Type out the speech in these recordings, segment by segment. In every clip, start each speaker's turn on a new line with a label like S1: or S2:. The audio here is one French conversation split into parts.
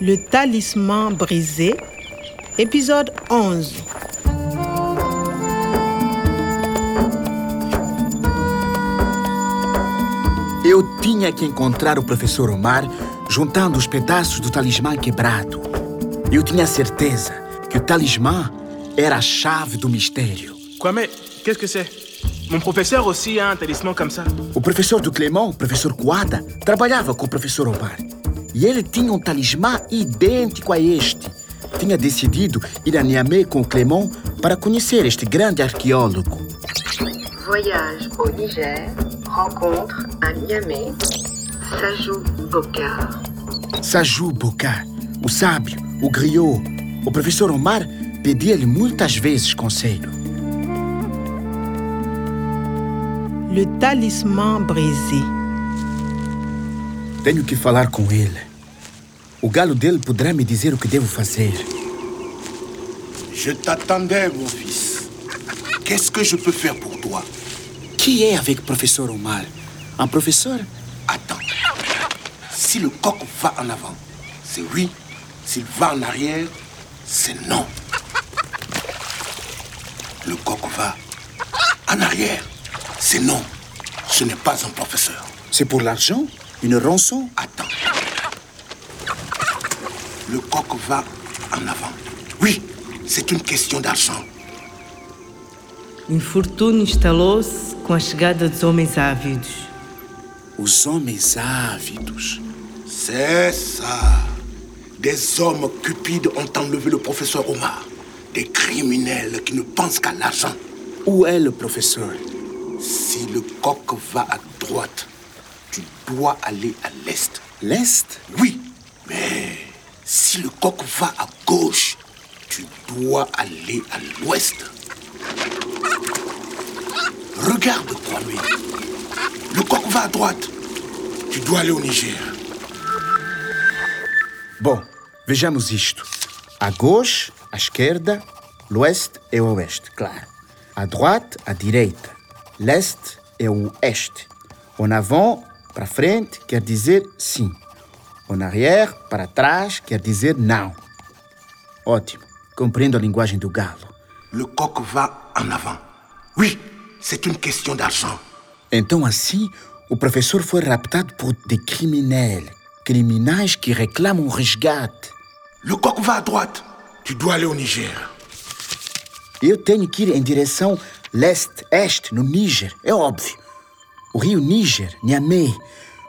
S1: Le talisman brisé, épisode 11.
S2: Eu tinha que encontrar o professor Omar juntando os pedaços do talismã quebrado. Eu tinha certeza que o talismã era a chave do mistério.
S3: Kwame, qu'est-ce que c'est Mon professeur aussi a un talisman comme ça.
S2: O professor do Clemão, professor Coada, trabalhava com o professor Omar. E ele tinha um talismã idêntico a este. Tinha decidido ir a Niamey com o Clemão para conhecer este grande arqueólogo.
S4: Voyage au Niger, rencontre à Niamey, Sajou Bokar.
S2: Saju Bocar, o sábio, o griot, o professor Omar pedia-lhe muitas vezes conselho.
S1: Le talisman brisé.
S2: Tenho que falar com ele. O galo dele poderá me dizer o que devo fazer.
S5: Je t'attendais, mon fils. Qu'est-ce que je peux faire pour toi
S2: Que é avec professor Omar? Un professor?
S5: Attends. Si le coq va en avant, c'est oui. S'il va en arrière, c'est non. Le coq va en arrière, c'est non. Ce n'est pas un professeur.
S2: C'est pour l'argent? Une rançon?
S5: Attends. Le coq va en avant. Oui, c'est une question d'argent.
S6: O infortúnio instalou-se com a chegada dos homens ávidos.
S2: Os homens ávidos.
S5: C'est ça. Des hommes cupides ont enlevé le professeur Omar. Des criminels qui ne pensent qu'à l'argent.
S2: Où est le professeur?
S5: Si le coq va à droite, tu dois aller à l'est.
S2: L'Est?
S5: Oui, mais si le coq va à gauche, tu dois aller à l'ouest. Regarde, Kwame. Le coq va à droite. Tu dois aller au Niger.
S2: Bom, vejamos isto. À gauche, à esquerda, l'oeste é o oeste, claro. À droite, à direita. Leste é o este. En avant, para frente, quer dizer sim. En arrière, para trás, quer dizer não. Ótimo. Compreendo a linguagem do galo.
S5: Le coq va en avant. Oui, c'est une question d'argent.
S2: Então, assim, o professor foi raptado por de criminels. Criminais que reclamam um resgate.
S5: Le coq va à droite. Tu dois aller au Niger.
S2: Eu tenho que ir em direção leste-este, no Níger, é óbvio. O rio Níger, Niamey.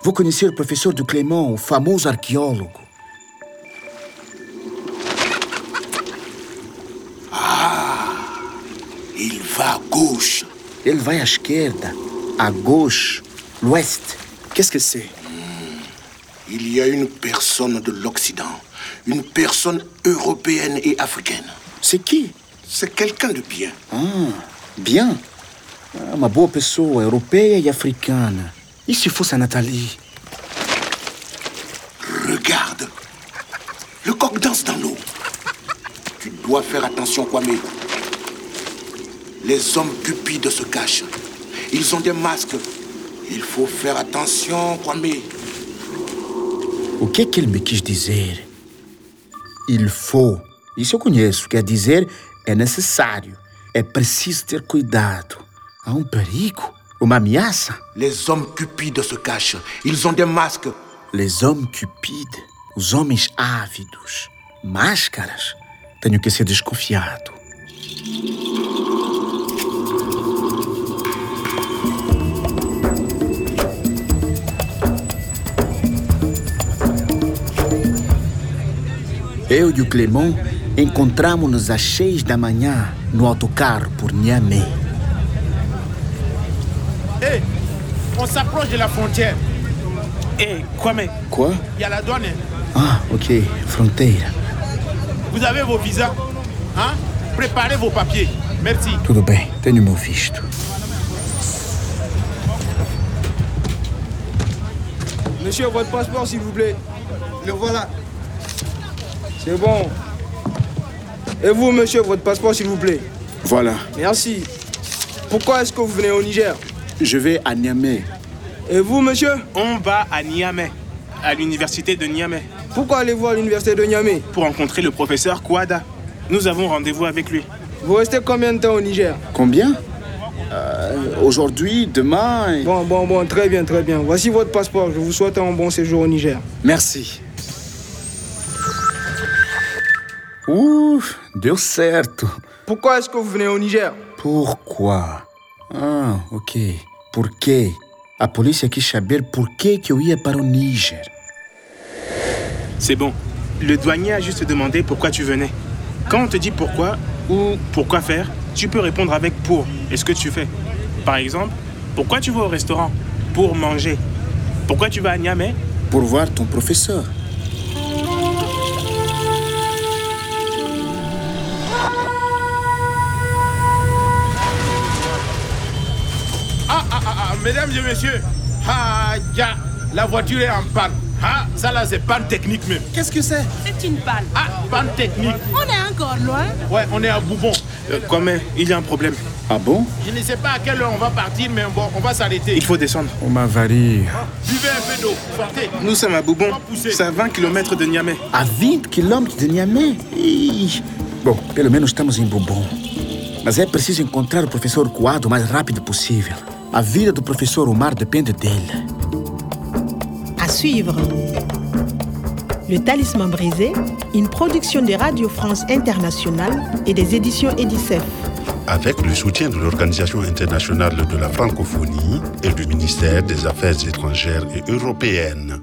S2: Vou conhecer o professor do Clemão, o famoso arqueólogo.
S5: Il va à gauche.
S2: Ele vai à esquerda, à gauche, l'ouest. Qu'est-ce que c'est?
S5: Il y a une personne de l'Occident, une personne européenne et africaine.
S2: C'est qui?
S5: C'est quelqu'un de bien.
S2: Ah, bien. Ah, Uma boa pessoa, europeia e africana. E se fosse a Nathalie?
S5: Regarde. Le coq danse dans l'eau. Tu dois faire attention, Kwame. Les hommes cupides se cachent. Ils ont des masques. Il faut faire attention, Kwame.
S2: O que é que ele me quis dizer? Il faut. Isso eu conheço. Quer dizer, é necessário. É preciso ter cuidado. Há um perigo? Uma ameaça?
S5: Les hommes cupides se cachent. Ils ont des masques.
S2: Les hommes cupides. Os homens ávidos. Máscaras. Tenho que ser desconfiado. Eu e o Clemão encontramos-nos às seis da manhã no autocarro por Niamey.
S7: Hey, on s'approche de la frontière.
S3: Hé, Kwame,
S2: Quoi?
S7: Il y a la douane. hein.
S2: Ah, ok. Fronteira.
S7: Vous avez vos visas. Hein? Préparez vos papiers. Merci.
S2: Tudo bem, tenho meu visto.
S8: Monsieur, votre passeport, s'il vous plaît. Le voilà. C'est bon. Et vous, monsieur, votre passeport, s'il vous plaît.
S2: Voilà,
S8: Merci. Pourquoi est-ce que vous venez au Niger
S2: je vais a Niamey.
S8: Et vous, monsieur
S3: on va à Niamey. à l'université de Niamey
S8: Pourquoi allez-vous à l'université de Niamey
S3: pour rencontrer le professeur Kouada. Nous avons rendez-vous avec lui.
S8: Vous restez combien de temps au Niger
S2: Combien Euh, Aujourd'hui, demain. et-
S8: Bon, bon, bon, très bien, très bien. Voici votre passeport. Je vous souhaite un bon séjour au Niger.
S2: Merci. Ouf, deu certo.
S8: Pourquoi est-ce que vous venez au Niger
S2: Pourquoi Ah, ok. Por quê? A polícia quis saber por que que eu ia para o Níger.
S3: C'est bon. Le douanier a juste demandé pourquoi tu venais. Quand on te dit pourquoi ou pourquoi faire, tu peux répondre avec pour et ce que tu fais. Par exemple, pourquoi tu vas au restaurant Pour manger. Pourquoi tu vas à Niamey
S2: Pour voir ton professeur.
S7: Ah, ah, ah, ah, mesdames et messieurs, ah, ya, la voiture est en panne. Ah, ça là, c'est panne technique même.
S9: Qu'est-ce que c'est C'est une panne.
S7: Ah, panne technique.
S9: On est encore loin.
S7: Ouais, on est à Boubon.
S3: Euh, Quand même, il y a un problème.
S2: Ah bon
S7: Je ne sais pas à quelle heure on va partir, mais bon, on va s'arrêter.
S3: Il faut descendre.
S2: Uma varia.
S7: Buvez un peu d'eau, sortez.
S3: Nous sommes à Boubon. C'est à 20 km de Niamey.
S2: A 20 quilômetros de Niamey? Ih. Bom, pelo menos estamos em Bobon. Mas é preciso encontrar o professor Coado o mais rápido possível. A vida do professor Omar depende dele.
S1: À suivre. Le Talisman brisé, une production de Radio France Internationale et des éditions Edicef.
S10: avec le soutien de l'Organisation internationale de la francophonie et du ministère des Affaires étrangères et européennes.